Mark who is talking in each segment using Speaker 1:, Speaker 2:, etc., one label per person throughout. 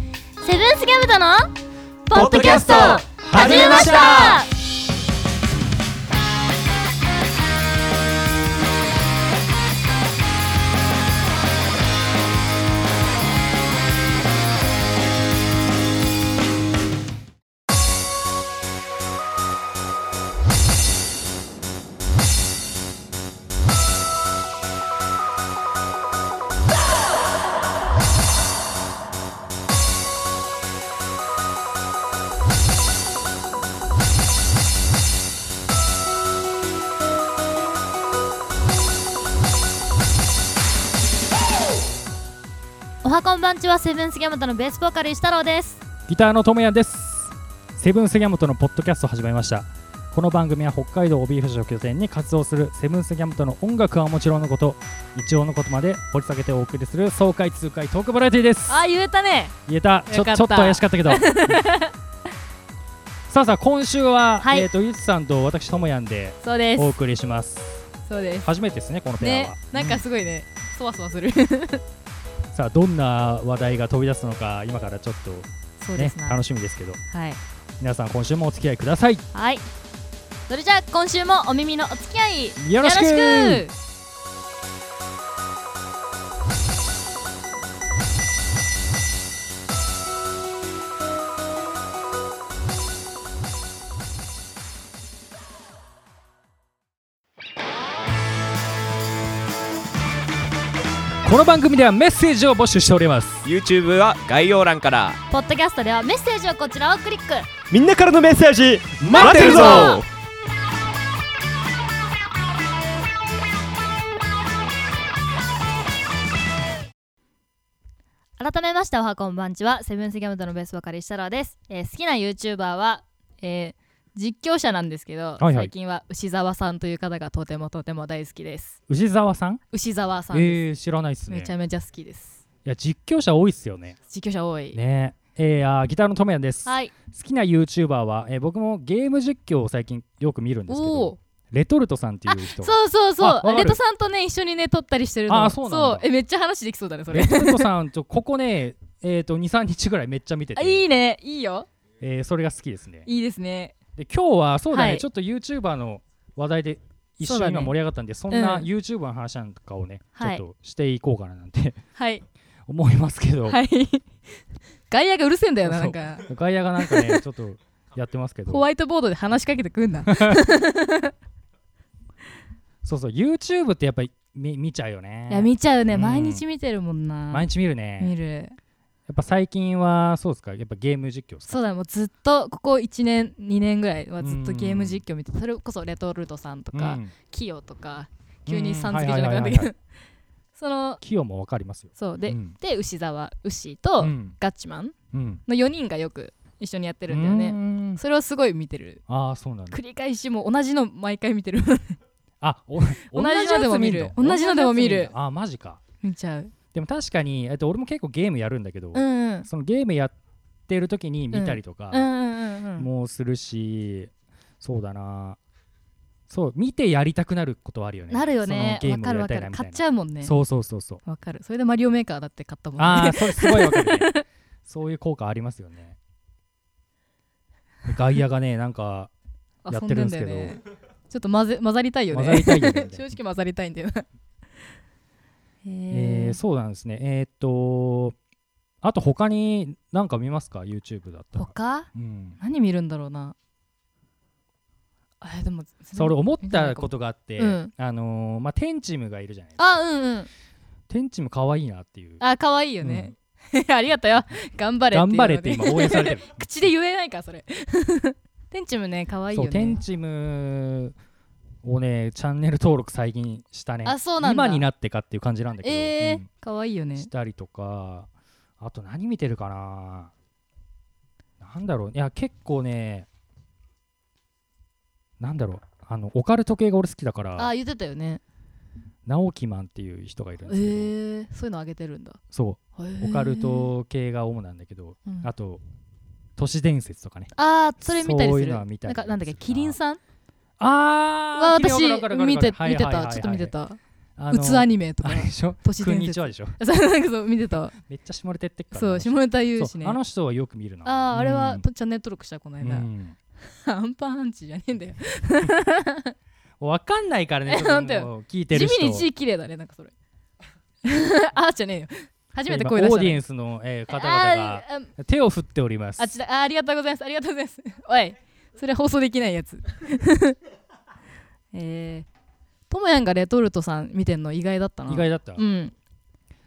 Speaker 1: ルースギャムとの
Speaker 2: ポッドキャスト始めました
Speaker 1: おはこんばんちはセブンスギャムとのベースボーカル石太郎です
Speaker 3: ギターのともやですセブンスギャムとのポッドキャスト始まりましたこの番組は北海道帯広市を拠点に活動するセブンスギャムとの音楽はもちろんのこと一応のことまで掘り下げてお送りする爽快痛快トークバラエティです
Speaker 1: あ言えたね
Speaker 3: 言えたちょ
Speaker 1: よかった
Speaker 3: ちょっと怪しかった けどさあさあ今週は、
Speaker 1: はい
Speaker 3: えっ、とゆずさんと私ともやんで
Speaker 4: そうで
Speaker 3: お
Speaker 4: す。
Speaker 3: 送りします
Speaker 4: そうです。
Speaker 3: 初めてですねこのペ
Speaker 4: ね
Speaker 3: アは、、
Speaker 4: なんかすごいね、そわそわする。
Speaker 3: さあどんな話題が飛び出すのか今からちょっ
Speaker 4: そ
Speaker 3: と
Speaker 4: うで
Speaker 3: ね
Speaker 4: すな。
Speaker 3: 楽しみですけど
Speaker 4: はい。
Speaker 3: 皆さん今週もお付き合いください
Speaker 1: はいそれじゃあ今週もお耳のお付き合い
Speaker 3: よろしく
Speaker 1: よろし
Speaker 3: この番組ではメッセージを募集しております
Speaker 2: YouTube は概要欄から
Speaker 1: くポッドキャストではメッセージをこちらをクリック
Speaker 5: みんなからのメッセージ
Speaker 2: 待ってるぞ
Speaker 1: 改めましておはこんばんちはセブンスギャムとのベースボーカル石太郎です、えー好きな YouTuber は、
Speaker 4: えー、実況者なんですけど、
Speaker 3: いはい
Speaker 4: 最近は牛沢さんという方がとてもとても大好きです。
Speaker 3: 牛沢さん
Speaker 4: 牛沢さんです。
Speaker 3: えー、知らないっすね
Speaker 4: めちゃめちゃ好きです。
Speaker 3: いや実況者多いっすよね
Speaker 4: 実況者多い。
Speaker 3: ねえー、あーギターのともやんです、
Speaker 1: はい
Speaker 3: 好きな YouTuber は、えー僕もゲーム実況を最近よく見るんですけ
Speaker 4: お
Speaker 3: ど
Speaker 4: お。
Speaker 3: レトルトさんっていう人
Speaker 4: そうそうそ
Speaker 3: あわ
Speaker 4: う。
Speaker 3: か
Speaker 4: レ
Speaker 3: る
Speaker 4: トさんとね一緒にね撮ったりしてるの。
Speaker 3: あーそうなんだ
Speaker 4: えめっちゃ話できそうだねそ
Speaker 3: レ
Speaker 4: れ。
Speaker 3: トルトさんとここねえー、と23日ぐらいめっちゃ見て
Speaker 4: あ
Speaker 3: て
Speaker 4: いいねいいよ
Speaker 3: えーそれが好きですね
Speaker 4: いいですね。
Speaker 3: で今日はそうだね、
Speaker 4: はい
Speaker 3: ちょっと YouTuber の話題で一
Speaker 4: そう
Speaker 3: 緒
Speaker 4: だ
Speaker 3: に
Speaker 4: ね
Speaker 3: 今盛り上がったんでそ,、んな
Speaker 4: うん
Speaker 3: YouTuber の話なんかをね、
Speaker 1: はい
Speaker 3: ちょっとしていこうかななんて
Speaker 4: はい
Speaker 3: 思いますけど、
Speaker 4: はい。 外野がうるせえんだよなな
Speaker 3: そうん
Speaker 4: か。
Speaker 3: 外野がなんか ねちょっとやってますけど
Speaker 4: ホワイトボードで話しかけてくんな。
Speaker 3: そうそう YouTube ってやっぱり見見ちゃうよね
Speaker 4: いや見ちゃうね、
Speaker 3: うん
Speaker 4: 毎日見てるもんな
Speaker 3: 毎日見るね
Speaker 4: 見る
Speaker 3: やっぱ最近はそうですかやっぱゲーム実況ですか
Speaker 4: そうだねもうずっとここ1年2年ぐらいはずっとゲーム実況見てそれこそレトルトさんとか、
Speaker 3: うん
Speaker 4: キヨとか急にさん
Speaker 3: うん
Speaker 4: 付けじゃなくなった
Speaker 3: はいはいは
Speaker 4: け
Speaker 3: い
Speaker 4: ど その
Speaker 3: キヨもわかりますよ
Speaker 4: そうで、
Speaker 3: うん
Speaker 4: で牛沢牛と、
Speaker 3: うん
Speaker 4: ガッチマン
Speaker 3: うん
Speaker 4: の4人がよく一緒にやって
Speaker 3: う
Speaker 4: るんだよね
Speaker 3: ん
Speaker 4: それをすごい見てる
Speaker 3: ああそうなんだ
Speaker 4: 繰り返しもう同じの毎回見 てる
Speaker 3: あお
Speaker 4: 同じのでも見る同じのでも見る
Speaker 3: ああーマジか
Speaker 4: 見ちゃう
Speaker 3: でも確かにえっと俺も結構ゲームやるんだけ
Speaker 4: う
Speaker 3: ど
Speaker 4: んうん
Speaker 3: そのゲームやってる時に見たりと
Speaker 4: うん
Speaker 3: か
Speaker 4: うんうんうん
Speaker 3: もうするしそうだなそう見てやりたくなることはあるよね
Speaker 4: なるよね
Speaker 3: そのゲー
Speaker 4: わ
Speaker 3: ム
Speaker 4: か
Speaker 3: を
Speaker 4: る
Speaker 3: や
Speaker 4: わ
Speaker 3: りた
Speaker 4: か
Speaker 3: いな
Speaker 4: る
Speaker 3: みた
Speaker 4: 買
Speaker 3: い
Speaker 4: っ
Speaker 3: な
Speaker 4: ちゃうもんね
Speaker 3: そうそうそうそう
Speaker 4: わかるそれでマリオメーカーだって買ったもんね
Speaker 3: ああ、それすごいわかるね。 そういう効果ありますよね。外野がね、なんかやってるんですけど
Speaker 4: 遊だよねちょっと混ぜ混ざりたいよね
Speaker 3: 混ざりたいよね。
Speaker 4: 正直混ざりたいんだ よな
Speaker 3: えーそうなんですね。えーっと、あと他に何か見ますか ?YouTube だったら。
Speaker 4: 他
Speaker 3: うん。
Speaker 4: 何見るんだろうなあでも
Speaker 3: それ思ったことがあって、
Speaker 4: うん
Speaker 3: あのーまあ、テンチムがいるじゃないですか。
Speaker 4: あうんうん
Speaker 3: テンチム可愛いなっていう。
Speaker 4: あ可愛いよね、 ありがとうよ頑張れ
Speaker 3: 頑張れって
Speaker 4: いうの
Speaker 3: 今
Speaker 4: ね
Speaker 3: 応援されてる。
Speaker 4: 口で言えないからそれ 天チムね可愛い
Speaker 3: そ
Speaker 4: よ
Speaker 3: う、テン
Speaker 4: ね
Speaker 3: チムをね、チャンネル登録最近したね。
Speaker 4: あそうなんだ
Speaker 3: 今になってかっていう感じなんだけど。
Speaker 4: え
Speaker 3: う
Speaker 4: ー
Speaker 3: ん
Speaker 4: 可愛いよね
Speaker 3: したりとか、あと何見てるかななんだろういや結構ねなんだろうあのオカルト系が俺好きだから
Speaker 4: あ言ってたよね
Speaker 3: 直木マンっていう人がいるん
Speaker 4: え
Speaker 3: ですけど、
Speaker 4: ー、そういうのあげてるんだ
Speaker 3: そ
Speaker 4: へ
Speaker 3: う
Speaker 4: ー
Speaker 3: オカルト系が主なんだけど、
Speaker 4: うん
Speaker 3: あと都市伝説とかね
Speaker 4: あーそれ見たり
Speaker 3: そう
Speaker 4: す
Speaker 3: いう
Speaker 4: る
Speaker 3: のは見た
Speaker 4: な
Speaker 3: り
Speaker 4: んかなんだっけ
Speaker 3: するな
Speaker 4: キリンさん
Speaker 3: あ
Speaker 4: は
Speaker 3: ー
Speaker 4: 私
Speaker 3: わかるわかるわかる
Speaker 4: 見て
Speaker 3: はい
Speaker 4: 見て
Speaker 3: はいはい
Speaker 4: た
Speaker 3: はい
Speaker 4: ちょっと見てた
Speaker 3: あ
Speaker 4: うつアニメとか
Speaker 3: あれでしょ
Speaker 4: 都市
Speaker 3: こん
Speaker 4: 伝
Speaker 3: にち
Speaker 4: 説
Speaker 3: はでしょ
Speaker 4: そうなんかそう見てた
Speaker 3: めっちゃ下ネタ言ってっから
Speaker 4: そう下ネタ言うし
Speaker 3: そう
Speaker 4: ね
Speaker 3: あの人はよく見るな
Speaker 4: あああれは
Speaker 3: うん
Speaker 4: とチャンネル登録したこの間、
Speaker 3: うん
Speaker 4: アンパンアンチじゃねえんだよ
Speaker 3: わかんないからね
Speaker 4: え
Speaker 3: ちょっと
Speaker 4: 本当よ
Speaker 3: もう聞いて
Speaker 4: 地
Speaker 3: る人
Speaker 4: 味に字綺麗だねなんかそれ あーじゃねえよ初めて
Speaker 3: 今
Speaker 4: 声出した
Speaker 3: オーディエ
Speaker 4: ン
Speaker 3: ンスの、えー方々が
Speaker 4: あーあ
Speaker 3: 手を振っております
Speaker 4: あっちだあーありがとうございますありがとうございます おいそれ放送できないやつ えー、ともやんがレトルトさん見てんの意外だったな
Speaker 3: 意外だった、
Speaker 4: うん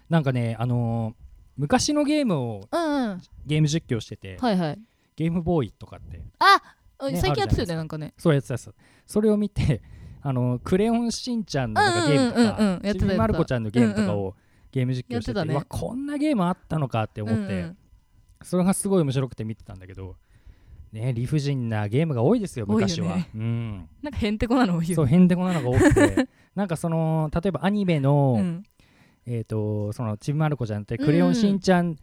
Speaker 3: なんかねあのー昔のゲームを
Speaker 4: うんうん
Speaker 3: ゲーム実況してて、
Speaker 4: はいはい
Speaker 3: ゲームボーイとかって
Speaker 4: あ
Speaker 3: ね
Speaker 4: 最近やってた
Speaker 3: あるじゃな
Speaker 4: よ
Speaker 3: いですか
Speaker 4: ねなんかね
Speaker 3: そうやつですそれを見て あのクレヨンしんちゃんのなんかゲームと
Speaker 4: うんうんうんうんやっ
Speaker 3: か
Speaker 4: てたやって
Speaker 3: ち
Speaker 4: た
Speaker 3: びまる子ちゃんのゲームとかをゲーム実況して
Speaker 4: やってた
Speaker 3: て
Speaker 4: ね
Speaker 3: うわこんなゲームあったのかって思っ
Speaker 4: うんう
Speaker 3: て
Speaker 4: ん
Speaker 3: それがすごい面白くて見てたんだけどね理不尽なゲームが多いですよ
Speaker 4: 多いよね
Speaker 3: 昔はうん
Speaker 4: なんかへんてこなのを言う
Speaker 3: そうへんてこなのが多くて なんかその例えばアニメ
Speaker 4: う
Speaker 3: の
Speaker 4: ん
Speaker 3: えっとそのちびまる子ちゃんって
Speaker 4: うんうん
Speaker 3: クレヨンしんちゃんっ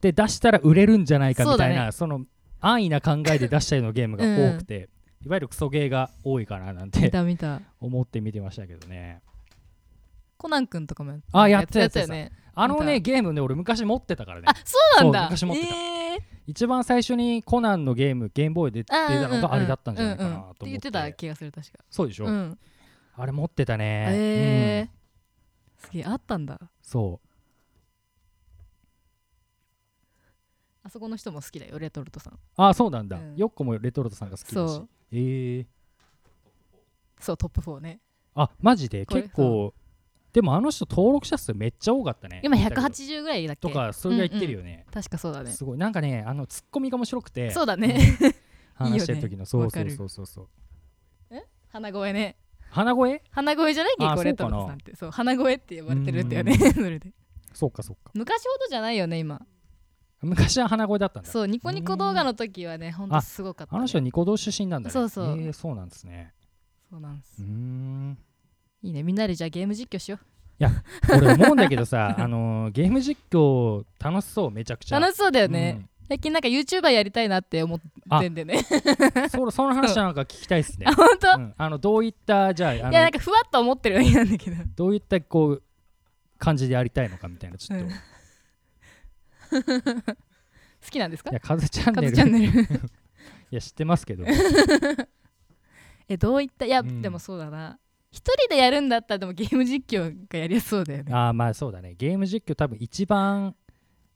Speaker 3: て出したら売れるんじゃないかみたい
Speaker 4: そうだ
Speaker 3: なその安易な考えで出したようなゲームが多くていわゆるクソゲーが多いかななんて
Speaker 4: 見た見た
Speaker 3: 思って見てましたけどね
Speaker 4: コナン君とかもやって
Speaker 3: あやってた
Speaker 4: や
Speaker 3: や
Speaker 4: っ
Speaker 3: つ
Speaker 4: てたよね
Speaker 3: あの
Speaker 4: 見
Speaker 3: ねゲームね俺昔持ってたからね
Speaker 4: あそうなんだ
Speaker 3: そう昔持ってた
Speaker 4: えー
Speaker 3: 一番最初にコナンのゲームゲームボーイで出て
Speaker 4: あー
Speaker 3: た
Speaker 4: う
Speaker 3: の
Speaker 4: んうん
Speaker 3: があれだったんじゃないかなと思って
Speaker 4: うんうんって言ってた気がする確か
Speaker 3: そうでしょ、
Speaker 4: うん
Speaker 3: あれ持ってたね
Speaker 4: え
Speaker 3: うん
Speaker 4: ーすげえあったんだ
Speaker 3: そう
Speaker 4: あそこの人も好きだよレトルトさん
Speaker 3: あそうなんだ、
Speaker 4: うん
Speaker 3: よっこもレトルトさんが好きだ
Speaker 4: そ
Speaker 3: し
Speaker 4: う
Speaker 3: えー、
Speaker 4: そうトップ4ね
Speaker 3: あマジで
Speaker 4: これ
Speaker 3: 結構でもあの人登録者数めっちゃ多かったね
Speaker 4: 今
Speaker 3: 見たけど
Speaker 4: 180ぐらいだっけ
Speaker 3: とかそれが言ってるよね、
Speaker 4: 確かそうだね
Speaker 3: すごいなんかねあのツッコミが面白くて
Speaker 4: そうだね
Speaker 3: 話してる時のそうそうそうそうそう
Speaker 4: 鼻声ね
Speaker 3: 鼻声
Speaker 4: 鼻声じゃない結
Speaker 3: あ
Speaker 4: 構レトルトさんってそう鼻声って呼ばれてるってよねそれで
Speaker 3: そうかそうか
Speaker 4: 昔ほどじゃないよね今
Speaker 3: 昔は鼻声だったんだ
Speaker 4: そうニコニコ動画の時はねほんとすごかった
Speaker 3: あ
Speaker 4: ね
Speaker 3: の人はニコ動出身なんだね。
Speaker 4: そうそう
Speaker 3: えーそうなんですね。
Speaker 4: そうなんです
Speaker 3: うーん。
Speaker 4: いいねみんなでじゃあゲーム実況しよ
Speaker 3: 俺思うんだけ どさ、あのーゲーム実況楽しそうめちゃく
Speaker 4: う
Speaker 3: ちゃ。
Speaker 4: 楽しそうだよ
Speaker 3: う
Speaker 4: ね
Speaker 3: ん
Speaker 4: 最近なんか YouTuber やりたいなって思ってんでね
Speaker 3: そその話なんか聞きたいっすね
Speaker 4: あ。 本当
Speaker 3: うんあのどういったじゃああの
Speaker 4: いやなんかふわっと思ってるわけなんだけど
Speaker 3: どういったこう感じでやりたいのかみたいなちょっと。
Speaker 4: うん
Speaker 3: い
Speaker 4: 好きなんですか
Speaker 3: やカズチャン
Speaker 4: カ
Speaker 3: ネ
Speaker 4: ズチ
Speaker 3: ル
Speaker 4: ャンネル
Speaker 3: いや知ってますけど。
Speaker 4: えどういったいや、
Speaker 3: うん
Speaker 4: でもそうだな一人でやるんだったらでもゲーム実況がやりやすそうだよね
Speaker 3: ああまあそうだね。ゲーム実況多分一番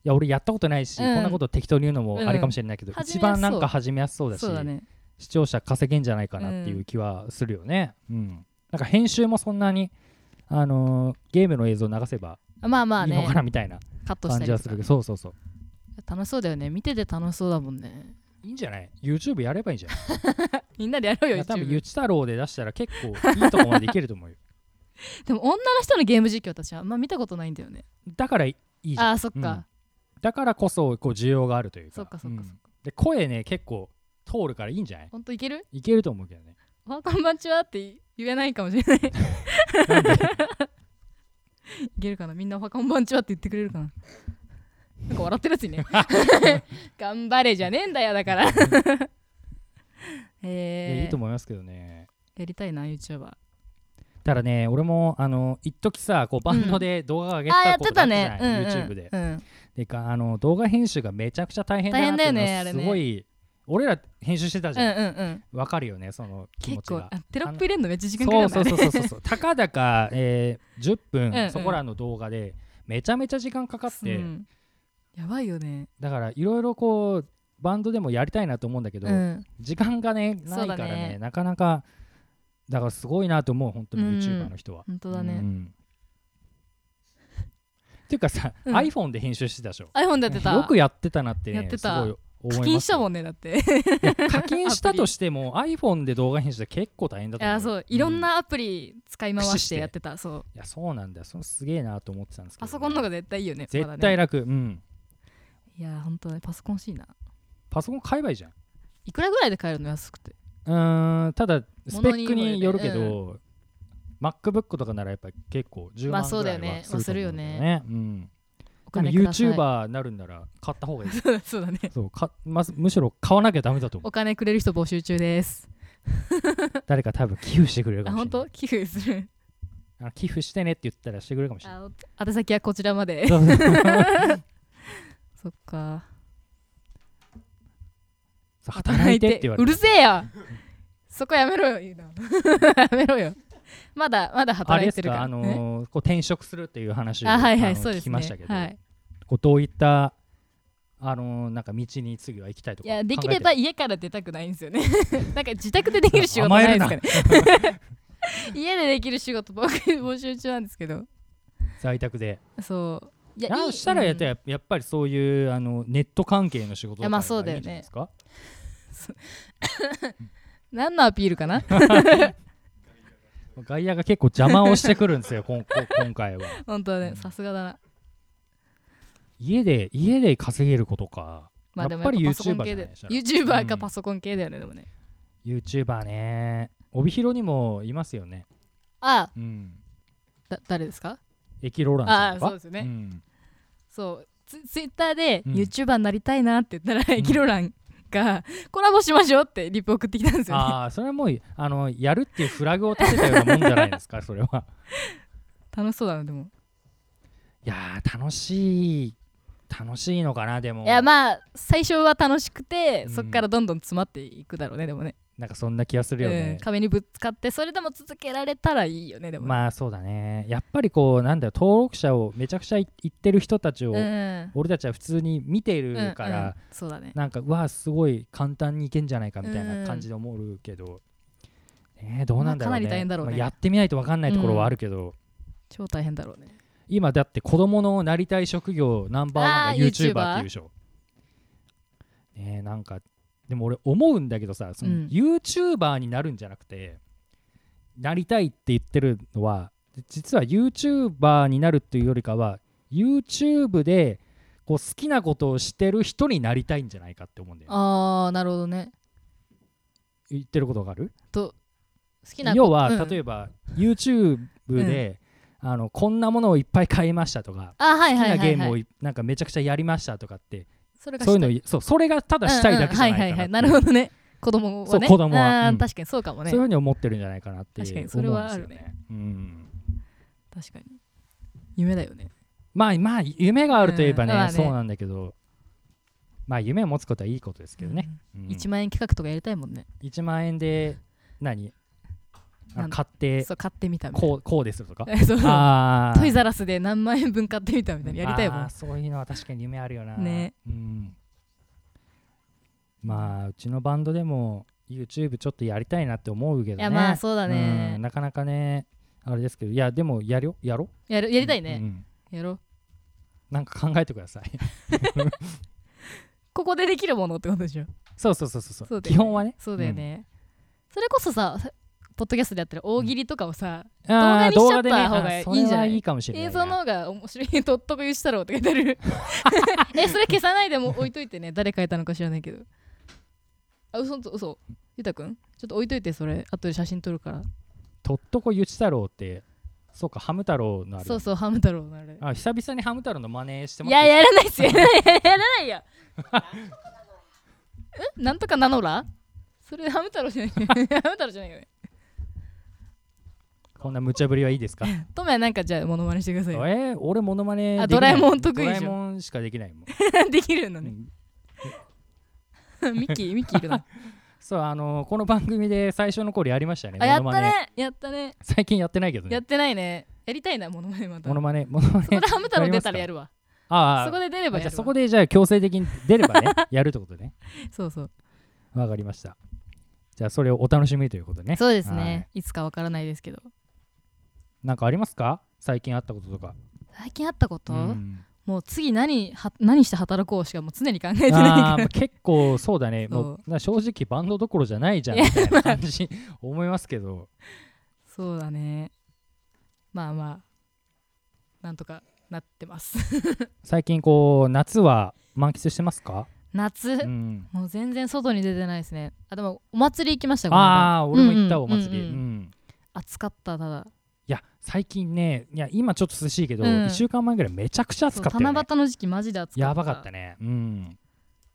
Speaker 3: いや俺やったことないし、
Speaker 4: うん
Speaker 3: こんなこと適当に言うのもあれかもしれないけど、
Speaker 4: うん
Speaker 3: 一番なんか始めやすそうだし。
Speaker 4: そうだね
Speaker 3: 視聴者稼げんじゃないかなっていう気はするよね。うんなんか編集もそんなに、あのーゲームの映像流せば
Speaker 4: まあまあ
Speaker 3: いいの
Speaker 4: ね
Speaker 3: かなみたいな
Speaker 4: カットした
Speaker 3: 感じ
Speaker 4: り
Speaker 3: は
Speaker 4: と
Speaker 3: す
Speaker 4: か
Speaker 3: るけど、そうそうそう。
Speaker 4: 楽しそうだよね見てて楽しそうだもんね
Speaker 3: いいんじゃない ?YouTube やればいいんじゃない
Speaker 4: みんなでやろう
Speaker 3: い
Speaker 4: よ
Speaker 3: や多分、
Speaker 4: YouTube
Speaker 3: ゆち太郎で出したら結構いいとこまでいけると思うよ。
Speaker 4: でも女の人のゲーム実況たちはあんま見たことないんだよね
Speaker 3: だからいいじゃん。
Speaker 4: あーそっか、
Speaker 3: うんだからこそ、こう、需要があるというか。
Speaker 4: そっかそっかそっか
Speaker 3: うんで、声ね、結構通るからいいんじゃない
Speaker 4: ほんといける
Speaker 3: いけると思うけどね。
Speaker 4: おはこんばんちはって言えないかもしれない
Speaker 3: なんで
Speaker 4: いけるかなみんなおはこんばんちはって言ってくれるかななんか笑ってるやついね頑張れじゃねえんだよだから
Speaker 3: いやい
Speaker 4: え
Speaker 3: い
Speaker 4: ー
Speaker 3: と、思いますけどね。
Speaker 4: やりたいな YouTuber
Speaker 3: ただね、俺も、あの、一時さ、こう、バンドで動画上げ
Speaker 4: あーや
Speaker 3: た
Speaker 4: っ
Speaker 3: こ
Speaker 4: て
Speaker 3: と
Speaker 4: た
Speaker 3: あったじ
Speaker 4: ね
Speaker 3: ゃな、い
Speaker 4: うんうん
Speaker 3: YouTube で。
Speaker 4: うん、
Speaker 3: でかあの動画編集がめちゃくちゃ大変だなっていうの
Speaker 4: 大変だよね
Speaker 3: はすご
Speaker 4: あれ
Speaker 3: い、俺ら編集してたじ
Speaker 4: うん
Speaker 3: ゃん
Speaker 4: うんうん
Speaker 3: わ、かるよねその気持
Speaker 4: 結
Speaker 3: ち
Speaker 4: 構
Speaker 3: が
Speaker 4: あテロップ入れるのめっちゃ時間かか
Speaker 3: そ
Speaker 4: る
Speaker 3: うん
Speaker 4: だ
Speaker 3: そう
Speaker 4: ね
Speaker 3: そうそう そうたかだか、えー10分、
Speaker 4: うんうん
Speaker 3: そこらの動画でめちゃめちゃ時間かかって、
Speaker 4: うんやばいよね
Speaker 3: だからいろいろこうバンドでもやりたいなと思うんだけど、
Speaker 4: うん
Speaker 3: 時間がねないから
Speaker 4: そうだ
Speaker 3: ね
Speaker 4: ね
Speaker 3: なかなかだからすごいなと思う本当に
Speaker 4: うん
Speaker 3: YouTuber の人は、
Speaker 4: 本当だね、
Speaker 3: うんっていうかさ、
Speaker 4: うん
Speaker 3: iPhone で編集してたでしょ
Speaker 4: iPhone でやってた
Speaker 3: よくやってたなって、ね、
Speaker 4: やってた
Speaker 3: すごい思います
Speaker 4: 課
Speaker 3: よ
Speaker 4: 金したもんねだってい
Speaker 3: 課金したとしても iPhone で動画編集って結構大変だと思う
Speaker 4: やそういろん、なアプリ使い回してやってたそう
Speaker 3: いやそうなんだよそのすげえなと思ってたんですけど
Speaker 4: パ
Speaker 3: ね、
Speaker 4: ソコンの方が絶対いいよねまだ
Speaker 3: 絶
Speaker 4: ね
Speaker 3: 対楽、うん
Speaker 4: いや本当ねパソコン欲しいな
Speaker 3: パソコン買えばいいじゃん
Speaker 4: いくらぐらいで買えるの安くて
Speaker 3: うーんただスペックによるけ
Speaker 4: 物にも
Speaker 3: ど、MacBook とかならやっぱり結構10
Speaker 4: まあ
Speaker 3: 万
Speaker 4: そう
Speaker 3: ぐ
Speaker 4: だよ
Speaker 3: らい
Speaker 4: ね
Speaker 3: はすると思うんだよね,、うん、
Speaker 4: お
Speaker 3: でも
Speaker 4: 金ください
Speaker 3: YouTuber になるんなら買った方がいい
Speaker 4: そうだね
Speaker 3: そうかまずむしろ買わなきゃダメだと思
Speaker 4: お金くれる人募集中です
Speaker 3: う誰か多分寄付してくれるか
Speaker 4: あ
Speaker 3: もしれ
Speaker 4: 本
Speaker 3: な
Speaker 4: 当
Speaker 3: い
Speaker 4: 寄付する
Speaker 3: あの寄付してねって言ったらしてくれるかもしれない。
Speaker 4: あお宛先はこちらま で
Speaker 3: そう そう
Speaker 4: そっか
Speaker 3: そう働いてって言われ
Speaker 4: う
Speaker 3: て
Speaker 4: るせえよそこやめろよ 言うなやめろよまだまだ
Speaker 3: あ
Speaker 4: 働
Speaker 3: れで
Speaker 4: いて
Speaker 3: す
Speaker 4: るか
Speaker 3: からあ
Speaker 4: ね
Speaker 3: のーこう転職するっていう話を
Speaker 4: あはいは
Speaker 3: あ
Speaker 4: い
Speaker 3: の
Speaker 4: そうで
Speaker 3: 聞
Speaker 4: す
Speaker 3: き
Speaker 4: ね
Speaker 3: ましたけど、
Speaker 4: はい、
Speaker 3: こうどういったあのーなんか道に次は行きたいと
Speaker 4: い
Speaker 3: か
Speaker 4: やでき
Speaker 3: 考え
Speaker 4: れ
Speaker 3: て
Speaker 4: ば家から出たくないんですよねなんか自宅でできる仕事ない ですかね 家でできる仕事僕募集中なんですけど
Speaker 3: 在宅で
Speaker 4: そうい
Speaker 3: いやしたらやっ
Speaker 4: うん
Speaker 3: やっぱりそういうあのネット関係の仕事
Speaker 4: い
Speaker 3: と
Speaker 4: や
Speaker 3: か
Speaker 4: ま
Speaker 3: がい
Speaker 4: あそうだ
Speaker 3: いんじゃな
Speaker 4: よ
Speaker 3: い
Speaker 4: ね
Speaker 3: ですか
Speaker 4: 何のアピールかな
Speaker 3: 外野が結構邪魔をしてくるんですよこんこ 今回は
Speaker 4: 本当はねさすがだな
Speaker 3: 家で家で稼げることか
Speaker 4: まあでも
Speaker 3: やっぱり
Speaker 4: パソコン系
Speaker 3: YouTuber じゃない
Speaker 4: で
Speaker 3: でしょ
Speaker 4: YouTuber
Speaker 3: う
Speaker 4: か
Speaker 3: ん
Speaker 4: パソコン系だよね、でもね
Speaker 3: YouTuber ね帯広にもいますよね
Speaker 4: あ
Speaker 3: うん
Speaker 4: だ誰ですか
Speaker 3: エキローランさんとか
Speaker 4: あーそうですよね
Speaker 3: ん
Speaker 4: そうツツイッターで
Speaker 3: うん
Speaker 4: YouTuber になりたいなって言ったら、
Speaker 3: ん
Speaker 4: エキロランがコラボしましょうってリップ送ってきたんですよね
Speaker 3: ああそれはもうあのやるっていうフラグを立てたようなもんじゃないですかそれは
Speaker 4: 楽しそうだなでも
Speaker 3: いやー楽しい楽しいのかなでも
Speaker 4: いやまあ最初は楽しくて、
Speaker 3: うん
Speaker 4: そっからどんどん詰まっていくだろうねでもね
Speaker 3: なんかそんな気がするよね
Speaker 4: うん、壁にぶつかってそれでも続けられたらいいよねでもね
Speaker 3: まあそうだねやっぱりこうなんだよ登録者をめちゃくちゃい言ってる人たちを、
Speaker 4: うん
Speaker 3: 俺たちは普通に見てるから、
Speaker 4: うんうんそうだね
Speaker 3: なんかうわすごい簡単にいけんじゃないかみたいな感じで思うけど、ねえどうなんだ
Speaker 4: まあか
Speaker 3: ろうね,、
Speaker 4: なり大変だろうね
Speaker 3: まあやってみないと分かんないところはあるけど、
Speaker 4: 超大変だろうね
Speaker 3: 今だって子供のなりたい職業ナンバーワンが
Speaker 4: あー
Speaker 3: YouTuber っていうでしょねえなんかでも俺思うんだけどさその
Speaker 4: うん
Speaker 3: YouTuber になるんじゃなくて、なりたいって言ってるのは実は YouTuber になるっていうよりかは YouTube でこう好きなことをしてる人になりたいんじゃないかって思うんだよね、
Speaker 4: ああなるほどね
Speaker 3: 言ってることがある
Speaker 4: 好きな
Speaker 3: 要は、
Speaker 4: うん
Speaker 3: 例えば YouTube で、あのこんなものをいっぱい買いましたとか
Speaker 4: あはい
Speaker 3: 好き
Speaker 4: はいは、
Speaker 3: ない
Speaker 4: は
Speaker 3: ゲ
Speaker 4: い、
Speaker 3: ームをいなんかめちゃくちゃやりましたとかって
Speaker 4: それが
Speaker 3: そういう
Speaker 4: した
Speaker 3: のいそうそれがただしたいだけじゃない
Speaker 4: うんうんはいはいは
Speaker 3: か
Speaker 4: いな
Speaker 3: なって
Speaker 4: るほどね子供はね
Speaker 3: そう子供は
Speaker 4: あー
Speaker 3: うん
Speaker 4: 確かにそうかもね
Speaker 3: そういうふうに思ってるんじゃないかなって
Speaker 4: 確かに
Speaker 3: 思
Speaker 4: それ
Speaker 3: うん
Speaker 4: は
Speaker 3: です
Speaker 4: あ
Speaker 3: よ
Speaker 4: る
Speaker 3: ね。うん
Speaker 4: 確かに夢だよね
Speaker 3: まあまあ夢があるといえばね,、
Speaker 4: うんまあね
Speaker 3: そうなんだけどまあ夢を持つことはいいことですけどね、うん
Speaker 4: 1万円企画とかやりたいもんね
Speaker 3: 1万円で何あの
Speaker 4: なん
Speaker 3: 買って
Speaker 4: そう買ってみたみたい
Speaker 3: こうこうでするとか
Speaker 4: な そう
Speaker 3: あー
Speaker 4: トイザらスで何万円分買ってみたみたいなやりたいも
Speaker 3: あ
Speaker 4: ん
Speaker 3: ーそういうのは確かに夢あるよな
Speaker 4: ね
Speaker 3: うんまあうちのバンドでも YouTube ちょっとやりたいなって思うけど
Speaker 4: い
Speaker 3: ね
Speaker 4: やまあそうだ
Speaker 3: う
Speaker 4: ね
Speaker 3: んなかなかねあれですけどいやでもやるよやろ
Speaker 4: やるやりたいね
Speaker 3: うん
Speaker 4: やろう
Speaker 3: なんか考えてください
Speaker 4: ここでできるものってことでしょ
Speaker 3: そうそうそうそうそ
Speaker 4: そう
Speaker 3: う
Speaker 4: だよ
Speaker 3: 基本はね
Speaker 4: そうだよねそれこそさポッドキャストでやってる大喜利とかをさ
Speaker 3: うんあー
Speaker 4: 動
Speaker 3: 動
Speaker 4: 画にし
Speaker 3: 画で
Speaker 4: ちゃ
Speaker 3: ね
Speaker 4: った方がいいんじゃない
Speaker 3: あそれはいいかもしれない
Speaker 4: 映
Speaker 3: な
Speaker 4: 像の方が面白い「とっとこゆしたろう」って書いてある えそれ消さないでもう置いといてね誰書いたのか知らないけどあ嘘嘘嘘ゆうたくんちょっと置いといてそれ後で写真撮るから
Speaker 3: とっとこゆち太郎ってそうかハム太郎のあれ
Speaker 4: そうそうハム太郎のあれ
Speaker 3: あ久々にハム太郎の真似しても
Speaker 4: い
Speaker 3: らっ
Speaker 4: や
Speaker 3: てい
Speaker 4: やらないっすよやらないよんなんとかなのらそれハム太郎じゃないハム太郎じゃないよね
Speaker 3: こんな無茶ぶりはいいで すかえ
Speaker 4: トメはなんかじゃあモノマネしてくださいよ
Speaker 3: ー俺モノマネ
Speaker 4: あ
Speaker 3: できない
Speaker 4: ドラえもん得意
Speaker 3: ド
Speaker 4: で
Speaker 3: ラ
Speaker 4: しょ
Speaker 3: えもんしかできないもん
Speaker 4: できるような
Speaker 3: う
Speaker 4: ね
Speaker 3: ん
Speaker 4: ミッキーミッキーい るな
Speaker 3: そうあのこの番組で最初の頃やりましたね
Speaker 4: あや
Speaker 3: モ
Speaker 4: っ
Speaker 3: ノ
Speaker 4: た
Speaker 3: マネ
Speaker 4: ねやったね
Speaker 3: 最近やってないけど
Speaker 4: や
Speaker 3: ね
Speaker 4: ってないねやりたいなモノマネまた
Speaker 3: モノマネモノマ
Speaker 4: そこ
Speaker 3: ネ
Speaker 4: でハム太郎出たらやるわ。
Speaker 3: ああ
Speaker 4: そこで出れば
Speaker 3: じ
Speaker 4: や
Speaker 3: ゃあ
Speaker 4: るわ。
Speaker 3: そこでじゃあ強制的に出れ ばねやるってことね
Speaker 4: そうそう。
Speaker 3: わかりましたじゃあそれをお楽しみということね
Speaker 1: そうですす
Speaker 3: ね
Speaker 1: ね
Speaker 4: いつかわからないですけど。
Speaker 3: なんかありますか最近あったこととか
Speaker 1: 最近あったこと、
Speaker 3: うん
Speaker 4: もう次何は何して働こうしかもう常に考えてない
Speaker 3: あー
Speaker 4: か
Speaker 3: まあ結構そうだね
Speaker 4: そう
Speaker 3: もうな正直バンドどころじゃないじゃんみたいな感じ 思いますけど
Speaker 4: ら。そうだね。まあまあ、なんとかなってます。
Speaker 3: 最近こう夏は満喫してますか、
Speaker 4: 夏、
Speaker 3: うん、
Speaker 4: もう全然外に出てないですね。あ、でもお祭り行きましたこの間
Speaker 3: ああー俺も行った
Speaker 4: うん
Speaker 3: お
Speaker 4: うん
Speaker 3: 祭り、
Speaker 4: うんうん
Speaker 3: うん
Speaker 4: 暑かった、ただ。
Speaker 3: いや最近ねいや今ちょっと涼しいけど、
Speaker 4: う
Speaker 3: 一
Speaker 4: ん
Speaker 3: 1週間前ぐらいめちゃくちゃ暑
Speaker 4: そう
Speaker 3: かったよ、ね、
Speaker 4: 七夕の時期マジで暑かった。
Speaker 3: やばかったねうん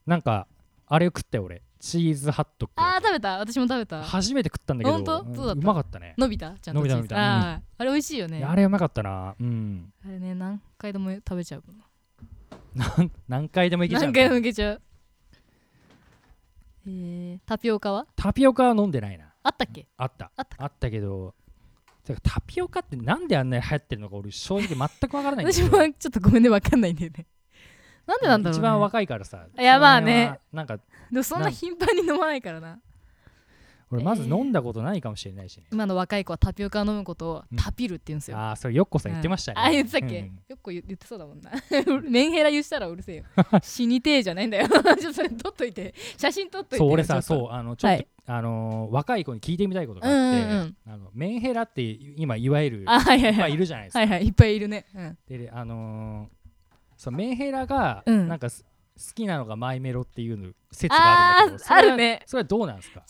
Speaker 3: なんかあれ食ったよ俺チーズハットク
Speaker 4: あー食べた私も食べた
Speaker 3: 初めて食ったんだけど
Speaker 4: 本当どうだった
Speaker 3: んうまかったね
Speaker 4: 伸びたちゃんと
Speaker 3: 伸び
Speaker 4: チーズ
Speaker 3: た伸びた
Speaker 4: あーあれ美味しいよ
Speaker 3: い
Speaker 4: ね
Speaker 3: やあれうまかったなうん
Speaker 4: あれね何回でも食べちゃう
Speaker 3: なん何回でもいけちゃう
Speaker 4: 何回もいけちゃうえー、タピオカは
Speaker 3: タピオカは飲んでないな
Speaker 4: あったっけ
Speaker 3: あった
Speaker 4: あっ
Speaker 3: あったけどてかタピオカってなんであんなに流行ってるのか俺正直全くわからないんだけ
Speaker 4: 私
Speaker 3: ど
Speaker 4: もちょっとごめんねわかんないんだよねなんでなんだろう、ね、
Speaker 3: 一番若いからさ
Speaker 4: いやまあね
Speaker 3: その辺はなんか
Speaker 4: でもそんな頻繁に飲まないからな
Speaker 3: 俺まず飲んだことないかもしれないしね、
Speaker 4: 今の若い子はタピオカを飲むことを
Speaker 3: うん
Speaker 4: タピルって言うんですよ、
Speaker 3: ああそれよっこさん言ってましたね、
Speaker 4: あ言ってたっけ、
Speaker 3: うん
Speaker 4: よく言言ってそうだもんな メンヘラ言うしたらうるせ えよ死にてえじゃないんだよ ちょっとそれ撮っといて写真撮っといて
Speaker 3: そう俺
Speaker 4: ちょ
Speaker 3: さ
Speaker 4: っと
Speaker 3: そうあのちょっ
Speaker 4: は
Speaker 3: と、
Speaker 4: い
Speaker 3: あのー若い子に聞いてみたいことがあって、
Speaker 4: うんうんうん
Speaker 3: あのメンヘラって今いわゆる
Speaker 4: あはいはい
Speaker 3: いっぱ
Speaker 4: はいい
Speaker 3: いるじゃないですか、
Speaker 4: はいはいいっぱいいるねうん
Speaker 3: であのーそうメンヘラが
Speaker 4: うん
Speaker 3: なんかす、好きなのがマイメロっていうの説があ
Speaker 4: あ
Speaker 3: るんだけどそ
Speaker 4: ー
Speaker 3: れ
Speaker 4: あるね
Speaker 3: それはどうなんですか
Speaker 4: わ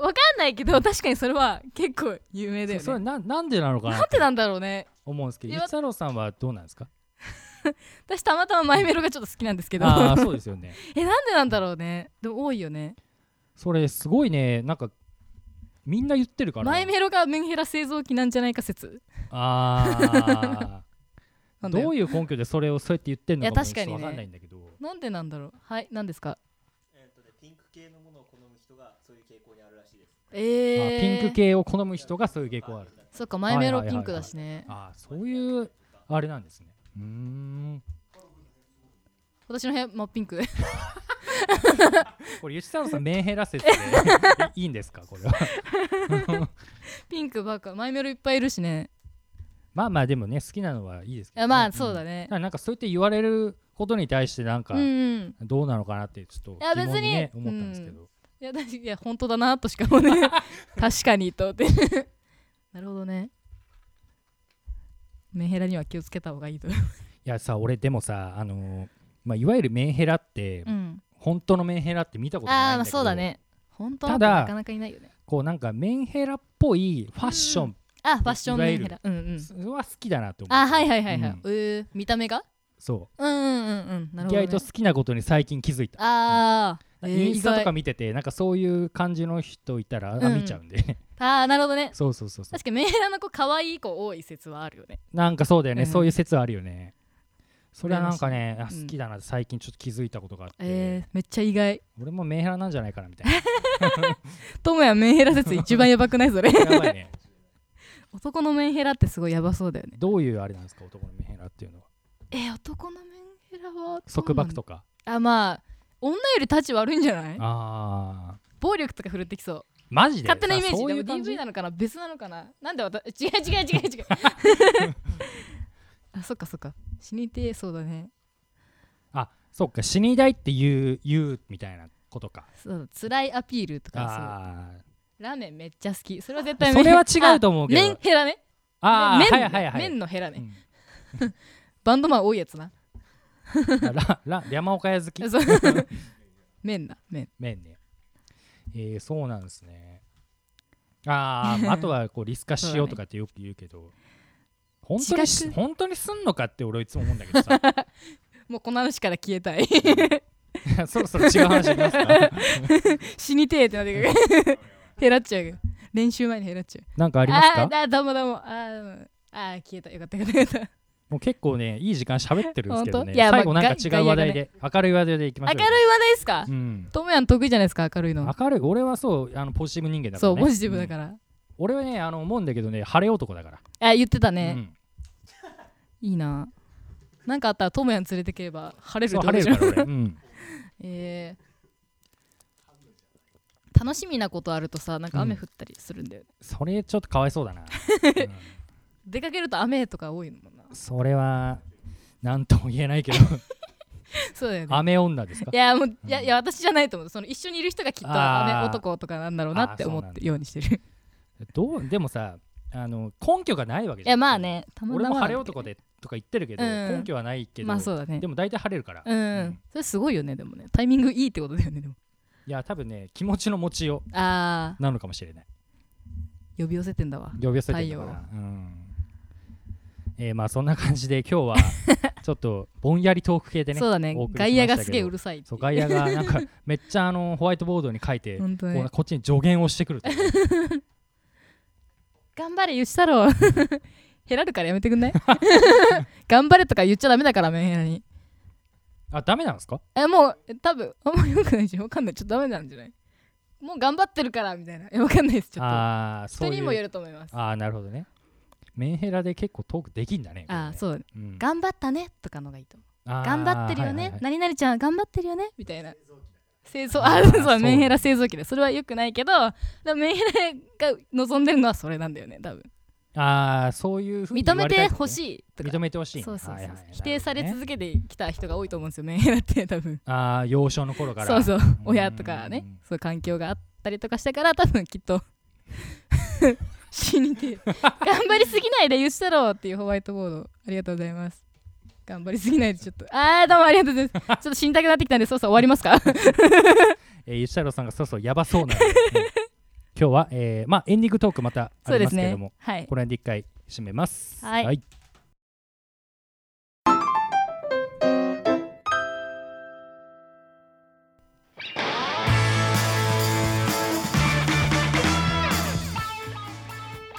Speaker 4: かんないけど確かにそれは結構有名だよ
Speaker 3: そそれ
Speaker 4: ね。
Speaker 3: ななんでなのかな
Speaker 4: なん
Speaker 3: って
Speaker 4: てなんだろうね
Speaker 3: 思うんですけど
Speaker 4: いや
Speaker 3: 一太郎さんはどうなんですか
Speaker 4: 私たまたまマイメロがちょっと好きなんですけど え
Speaker 3: あ
Speaker 4: な
Speaker 3: あ
Speaker 4: ん
Speaker 3: そうですよね
Speaker 4: でなんだろうねでも多いよね
Speaker 3: それすごいねなんかみんな言ってるから
Speaker 4: マイメロがメンヘラ製造機なんじゃないか説
Speaker 3: あ
Speaker 4: な
Speaker 3: あ
Speaker 4: んだよ
Speaker 3: どういう根拠でそれをそうやって言ってるのかも
Speaker 4: いや確
Speaker 3: ちょ
Speaker 4: か
Speaker 3: っ
Speaker 4: に
Speaker 3: と
Speaker 4: ね
Speaker 3: わかんないんだけど、
Speaker 4: なんでなんだろうはい何ですか
Speaker 2: ピンク系のものを好む人がそういう傾向にあるらしいです。
Speaker 4: え
Speaker 3: あ
Speaker 4: ー、
Speaker 3: ーピンク系を好む人がそういう傾向ある
Speaker 4: そっかマイメロ
Speaker 3: はいはい
Speaker 4: ピ
Speaker 3: はい
Speaker 4: ンクだしね
Speaker 3: ああそういうあれなんですねうーん
Speaker 4: 私の部屋真っピンク
Speaker 3: これ吉太郎さんメンヘラ 説でいいんですかこれは
Speaker 4: ピンクばっかマイメロいっぱいいるしね
Speaker 3: まあまあでもね好きなのはいいです
Speaker 4: い
Speaker 3: けどね、
Speaker 4: やまあそうだね
Speaker 3: だからなんかそうやって言われることに対してなんか
Speaker 4: うんうん
Speaker 3: どうなのかなってちょっと
Speaker 4: いや
Speaker 3: 疑問にね
Speaker 4: 別に
Speaker 3: 思ったんですけど、
Speaker 4: いや私いや本当だなとしかもね 確かにと思って なるほどねメンヘラには気をつけた方がいいと
Speaker 3: いやさ俺でもさあのーまあ、いわゆるメンヘラって、
Speaker 4: ん
Speaker 3: 本当のメンヘラって見たことない
Speaker 4: あ
Speaker 3: ん
Speaker 4: あ
Speaker 3: だけど
Speaker 4: そうだね本当
Speaker 3: た
Speaker 4: は
Speaker 3: だ
Speaker 4: なかなかいないよね
Speaker 3: こうなんかメンヘラっぽいファッション
Speaker 4: あファッションメンヘ
Speaker 3: い
Speaker 4: ラうんうん
Speaker 3: は好きだなと思う、
Speaker 4: あはいはいはいはい、
Speaker 3: うん
Speaker 4: えー見た目が
Speaker 3: そう
Speaker 4: うんうんうんうんなるほど、ね、
Speaker 3: 意外と好きなことに最近気づいた
Speaker 4: あー、えー
Speaker 3: インスタとか
Speaker 4: 意
Speaker 3: 見ててなんかそういう感じの人いたら、
Speaker 4: うん
Speaker 3: あ見ちゃうん で
Speaker 4: 外あーなるほどね
Speaker 3: そうそうそうそう
Speaker 4: 確かにメンヘラの子可愛い子多い説はあるよね
Speaker 3: なんかそうだよね、
Speaker 4: うん
Speaker 3: そういう説あるよねそれはなんかね、あ
Speaker 4: しいうん
Speaker 3: 好きだなって最近ちょっと気づいたことがあって、
Speaker 4: えー、めっちゃ意外
Speaker 3: 俺もメンヘラなんじゃないかな みたいな
Speaker 4: トモヤメンヘラ説一番やばくないそれ
Speaker 3: やばいね
Speaker 4: 男のメンヘラってすごいやばそうだよね
Speaker 3: どういうあれなんですか男のメンヘラっていうのは
Speaker 4: えー、男のメンヘラは
Speaker 3: 束縛と
Speaker 4: か
Speaker 3: か
Speaker 4: あまあ女より立ち悪いんじゃない
Speaker 3: あー
Speaker 4: 暴力とか振るってきそう
Speaker 3: マジで
Speaker 4: 勝手なイメー
Speaker 3: さ
Speaker 4: ジ
Speaker 3: そうい
Speaker 4: で
Speaker 3: う
Speaker 4: も
Speaker 3: 感じ
Speaker 4: DV なのかな別なのかななんで私違う違う違う違う あそっかそっか死にてえそうだね
Speaker 3: あそっか死にたいって言う言うみたいなことか
Speaker 4: そう辛いアピールとか
Speaker 3: あ
Speaker 4: そうラーメンめっちゃ好きそれは絶
Speaker 3: ー
Speaker 4: 対
Speaker 3: そ
Speaker 4: メン
Speaker 3: れは違うと思うけど
Speaker 4: あ麺ヘラね
Speaker 3: あー
Speaker 4: 麺
Speaker 3: はいはいはい
Speaker 4: 麺のヘラね、
Speaker 3: うん
Speaker 4: バンドマン多いやつな
Speaker 3: あら ら山岡屋好き
Speaker 4: そう 麺な麺
Speaker 3: 麺ねえー、そうなんですね あーあとはこうリス化しようとかってよく言うけど本当にし
Speaker 4: 自
Speaker 3: 本当にすんのかって俺はいつも思うんだけ どさ
Speaker 4: もうこの話から消えたい
Speaker 3: そろそろ違う話いき ますか
Speaker 4: 死にてえってなってくる 減らっちゃうよ練習前に減らっちゃう
Speaker 3: なんかあります
Speaker 4: あー
Speaker 3: か
Speaker 4: だどうもどうもあーどうもあー消えたよかったよかったよかった
Speaker 3: もう結構ねいい時間喋ってるんですけどね
Speaker 4: 本当いや
Speaker 3: 最後
Speaker 4: ま
Speaker 3: な
Speaker 4: あ
Speaker 3: んか違う話題で、明るい話題でいきまし
Speaker 4: 明
Speaker 3: ょう
Speaker 4: るい話題ですか
Speaker 3: うん、
Speaker 4: トムヤン得意じゃないですか明るいの
Speaker 3: 明るい俺はそうあのポジティブ人間だから、
Speaker 4: そ
Speaker 3: ね、
Speaker 4: うポジティブだ
Speaker 3: ら、
Speaker 4: から
Speaker 3: 俺はねあの思うんだけどね晴れ男だから、
Speaker 4: あ言ってた
Speaker 3: う
Speaker 4: ね
Speaker 3: ん
Speaker 4: いいななんかあったらトムヤン連れてければ晴れる
Speaker 3: そう
Speaker 4: って
Speaker 3: 晴れる
Speaker 4: こ
Speaker 3: か
Speaker 4: とでしょ
Speaker 3: ら俺、うん、
Speaker 4: えー楽しみなことあるとさなんか雨降ったりするんだよね
Speaker 3: それちょっとかわいそ うだな、うん
Speaker 4: 出かけると雨とか多いのもんな
Speaker 3: それは何とも言えな いけど
Speaker 4: そうだよね
Speaker 3: 雨女ですか
Speaker 4: いやもう、いやいや私じゃないと思うその一緒にいる人がきっと
Speaker 3: あー
Speaker 4: 雨男とかなんだろうなって
Speaker 3: あーそ
Speaker 4: 思
Speaker 3: うなんだ
Speaker 4: ってようにしてる
Speaker 3: どうでもさあの根拠がないわけ
Speaker 4: い
Speaker 3: じゃん
Speaker 4: やまあねたまたま
Speaker 3: 俺も
Speaker 4: なんだ
Speaker 3: 晴
Speaker 4: け
Speaker 3: れ
Speaker 4: ど
Speaker 3: 男でとか言ってるけど、
Speaker 4: うん
Speaker 3: 根拠はないけど、
Speaker 4: まあそうだね
Speaker 3: でも大体晴れるから、
Speaker 4: うん、
Speaker 3: うん
Speaker 4: それすごいよねでもねタイミングいいってことだよねでも
Speaker 3: いや多分ね気持ちの持ちよ
Speaker 4: あ
Speaker 3: うなのかもしれない
Speaker 4: ー呼び寄せてんだわ
Speaker 3: 呼び寄せてるのかな、うんえーまあそんな感じで今日はちょっちょっとぼんやりトーク系でね
Speaker 4: そうだね
Speaker 3: お送りし
Speaker 4: 外野
Speaker 3: ましたけど
Speaker 4: がすげえうるさいってい
Speaker 3: そう外野がなんかめっちゃあのホワイトボードに書いてこ
Speaker 4: 本当
Speaker 3: う
Speaker 4: ね
Speaker 3: こっちに助言をしてくるという
Speaker 4: 頑張れゆしたろう 減らるからやめてく んない頑張れとか言っちゃダメだからメンヘラに
Speaker 3: あダメなんですか
Speaker 4: えもうえ多分あんまよくないしわかんないちょっとダメなんじゃないもう頑張ってるからみたいなえわかんないですちょっ
Speaker 3: ああ
Speaker 4: と
Speaker 3: そ
Speaker 4: 人
Speaker 3: う
Speaker 4: にも
Speaker 3: い
Speaker 4: よ
Speaker 3: う
Speaker 4: ると思いますあ
Speaker 3: ああなるほどねメンヘラで結構トークできんだね
Speaker 4: あーそうだね
Speaker 3: これねうん
Speaker 4: 頑張ったねとかのがいいと思う
Speaker 3: あー
Speaker 4: 頑張ってるよね、
Speaker 3: はいはいは
Speaker 4: 何
Speaker 3: い
Speaker 4: 々ちゃん頑張ってるよねみたいな製造
Speaker 3: あ
Speaker 4: あ
Speaker 3: ー
Speaker 4: そう
Speaker 3: そ
Speaker 4: そううメンヘラ製造機でそれはよくないけどでもメンヘラが望んでるのはそれなんだよね多分
Speaker 3: ああそういうふうに
Speaker 4: 認めてほ
Speaker 3: い
Speaker 4: しいとか
Speaker 3: 認めてほしいね
Speaker 4: そうそうそう、
Speaker 3: はいはいはい
Speaker 4: 否定され
Speaker 3: なるほどね
Speaker 4: 続けてきた人が多いと思うんですよメンヘラって多分
Speaker 3: ああ幼少の頃から
Speaker 4: そうそう
Speaker 3: うん
Speaker 4: 親とかねそういう環境があったりとかしたから多分きっと 死にて頑張りすぎないでゆうしたろうっていうホワイトボードありがとうございます頑張りすぎないでちょっとああどうもありがとうございますちょっと死にたくなってきたんでそうそう終わりますか
Speaker 3: えー、ゆしたろうさんがそろそろやばそうな ので、うん今日は、えーまあ、エンディングトークまたあ
Speaker 4: そうで
Speaker 3: ります
Speaker 4: す
Speaker 3: けれ
Speaker 4: ね
Speaker 3: ども、
Speaker 4: はい
Speaker 3: この辺で一回締めます。
Speaker 1: はい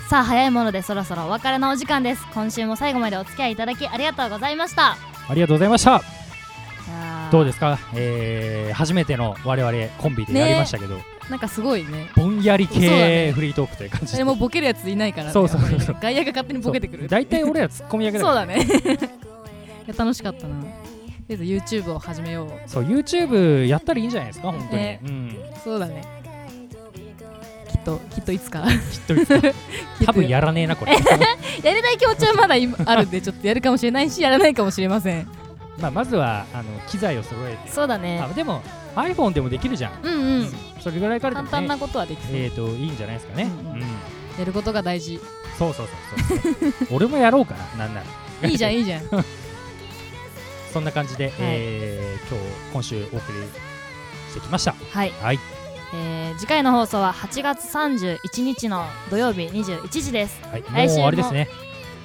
Speaker 1: さあ早いものでそろそろお別れのお時間です今週も最後までお付き合いいただきありがとうございました
Speaker 3: ありがとうございました。どうですすか、えー初めての我々コンビでやりましたけど、
Speaker 4: なんかすごいね
Speaker 3: ぼんやり
Speaker 4: そうだ
Speaker 3: 系
Speaker 4: ね
Speaker 3: フリートークという感じ
Speaker 4: 誰もボケるやついないからね
Speaker 3: そうそうそう
Speaker 4: やっぱり外野が勝手にボケてくる
Speaker 3: 大体俺らツッコミ役だ
Speaker 4: そうだ
Speaker 3: ね。
Speaker 4: ね いや楽しかったなとりあえず YouTube を始めよう
Speaker 3: そう YouTube やったらいいんじゃないですか本当に、
Speaker 4: ね
Speaker 3: うん
Speaker 4: そうだねきっときっといつか
Speaker 3: きっとい つか多分やらねえなこれ
Speaker 4: やりたい気持ちはまだ今あるんでちょっとやるかもしれないしやらないかもしれません
Speaker 3: まあまずはあの機材を揃えて
Speaker 4: そうだね
Speaker 3: あでも iPhone でもできるじゃん、
Speaker 4: うんうん
Speaker 3: それぐらいからで
Speaker 4: 簡
Speaker 3: も、
Speaker 4: 単
Speaker 3: ね、
Speaker 4: なことはできそう
Speaker 3: えー、といいんじゃないですかね、
Speaker 4: うん
Speaker 3: うん
Speaker 4: やることが大事
Speaker 3: そうそうそうそう 俺もやろうかななんなら
Speaker 4: いいじゃんいいじゃん
Speaker 3: そんな感じで、えー今日今週お送りしてきました
Speaker 1: はい、
Speaker 3: はい
Speaker 1: えー次回の放送は8月31日の土曜日21時です
Speaker 3: はい
Speaker 1: 来
Speaker 3: も
Speaker 1: 週
Speaker 3: う
Speaker 1: も
Speaker 3: あれですね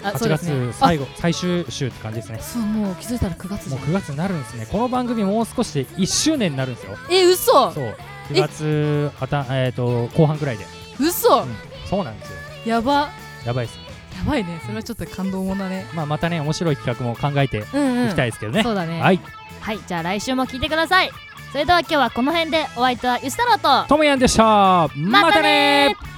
Speaker 4: あそう
Speaker 3: 8
Speaker 4: ですね
Speaker 3: 月最後、最終週って感じですね
Speaker 4: そうもう気づいたら9月じ
Speaker 3: も
Speaker 4: ゃ
Speaker 3: うん9月になるんですねこの番組もう少しで1周年になるんですよ
Speaker 4: え嘘
Speaker 3: そう9月あた、えー、と後半ぐらいで
Speaker 4: 嘘、
Speaker 3: うんそうなんですよ
Speaker 4: やば
Speaker 3: やばいです
Speaker 4: やばいねそれはちょっと感動もんだね
Speaker 3: まあまたね面白い企画も考えてい
Speaker 4: うんうん
Speaker 3: きたいですけどね、
Speaker 4: そうだね
Speaker 3: はい
Speaker 1: はいじゃあ来週も聞いてくださいそれでは今日はこの辺でお相手はゆしたろうと
Speaker 3: ともやんでした
Speaker 1: またねー